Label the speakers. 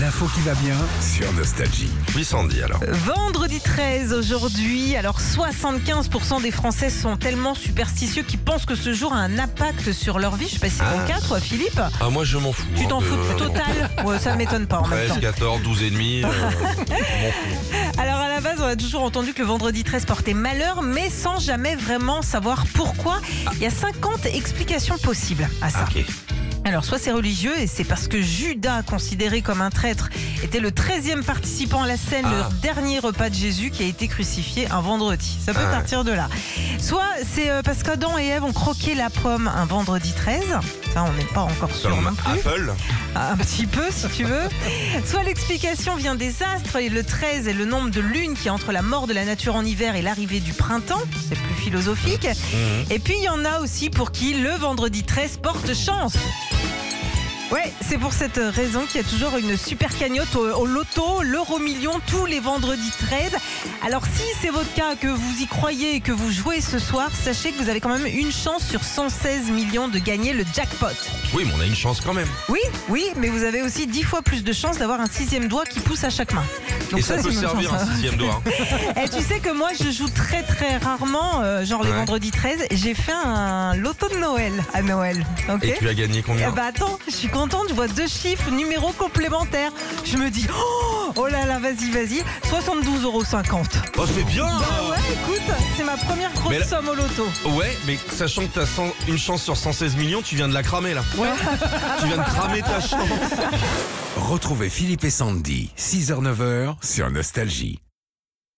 Speaker 1: L'info qui va bien
Speaker 2: sur Nostalgie. Oui, Sandy, alors.
Speaker 3: Vendredi 13 aujourd'hui, alors 75% des Français sont tellement superstitieux qu'ils pensent que ce jour a un impact sur leur vie. Je sais pas si c'est
Speaker 2: Ah.
Speaker 3: ton cas, toi, Philippe.
Speaker 2: Ah, moi, je m'en fous.
Speaker 3: Tu
Speaker 2: hein,
Speaker 3: t'en
Speaker 2: de-
Speaker 3: fous total Ouais, Ça m'étonne pas en même
Speaker 2: 13,
Speaker 3: temps.
Speaker 2: 14, 12 et demi. euh, je m'en fous.
Speaker 3: Alors à la base, on a toujours entendu que le vendredi 13 portait malheur, mais sans jamais vraiment savoir pourquoi. Il y a 50 explications possibles à ça.
Speaker 2: Ok.
Speaker 3: Alors, soit c'est religieux, et c'est parce que Judas, considéré comme un traître, était le 13e participant à la scène,
Speaker 2: Ah.
Speaker 3: le dernier repas de Jésus qui a été crucifié un vendredi. Ça peut
Speaker 2: Ah ouais.
Speaker 3: partir de là. Soit c'est euh, parce qu'Adam et Ève ont croqué la pomme un vendredi 13. Ça, on n'est pas encore sûr
Speaker 2: Comme
Speaker 3: non plus. Ah,
Speaker 2: Apple.
Speaker 3: Un petit peu, si tu veux. Soit l'explication vient des astres, et le 13 est le nombre de lunes qui est entre la mort de la nature en hiver et l'arrivée du printemps. C'est plus philosophique.
Speaker 2: Mhm.
Speaker 3: Et puis il y en a aussi pour qui le vendredi 13 porte chance. Ouais, c'est pour cette raison qu'il y a toujours une super cagnotte au, au loto, l'euro million tous les vendredis 13. Alors si c'est votre cas, que vous y croyez et que vous jouez ce soir, sachez que vous avez quand même une chance sur 116 millions de gagner le jackpot.
Speaker 2: Oui, mais on a une chance quand même.
Speaker 3: Oui, oui, mais vous avez aussi 10 fois plus de chances d'avoir un sixième doigt qui pousse à chaque main. Donc
Speaker 2: et ça,
Speaker 3: c'est
Speaker 2: peut
Speaker 3: une bonne
Speaker 2: servir
Speaker 3: chance, hein.
Speaker 2: un sixième doigt. hein.
Speaker 3: Eh, tu sais que moi, je joue très très rarement, euh, genre les
Speaker 2: Ouais.
Speaker 3: vendredis 13. J'ai fait un loto de Noël à Noël. Ok
Speaker 2: Et tu as gagné
Speaker 3: Eh
Speaker 2: combien
Speaker 3: ben attends, je suis contente, je vois deux chiffres, numéros complémentaires. Je me dis, oh, oh là là, vas-y, vas-y, 72,50 euros.
Speaker 2: Oh, c'est bien
Speaker 3: Bah ouais, écoute, c'est ma première grosse
Speaker 2: Mais là-
Speaker 3: somme au loto.
Speaker 2: Ouais, mais sachant que t'as 100 une chance sur 116 millions, tu viens de la cramer, là. Ouais. tu viens de cramer ta chance.
Speaker 1: Retrouvez Philippe et Sandy, 6h-9h sur Nostalgie.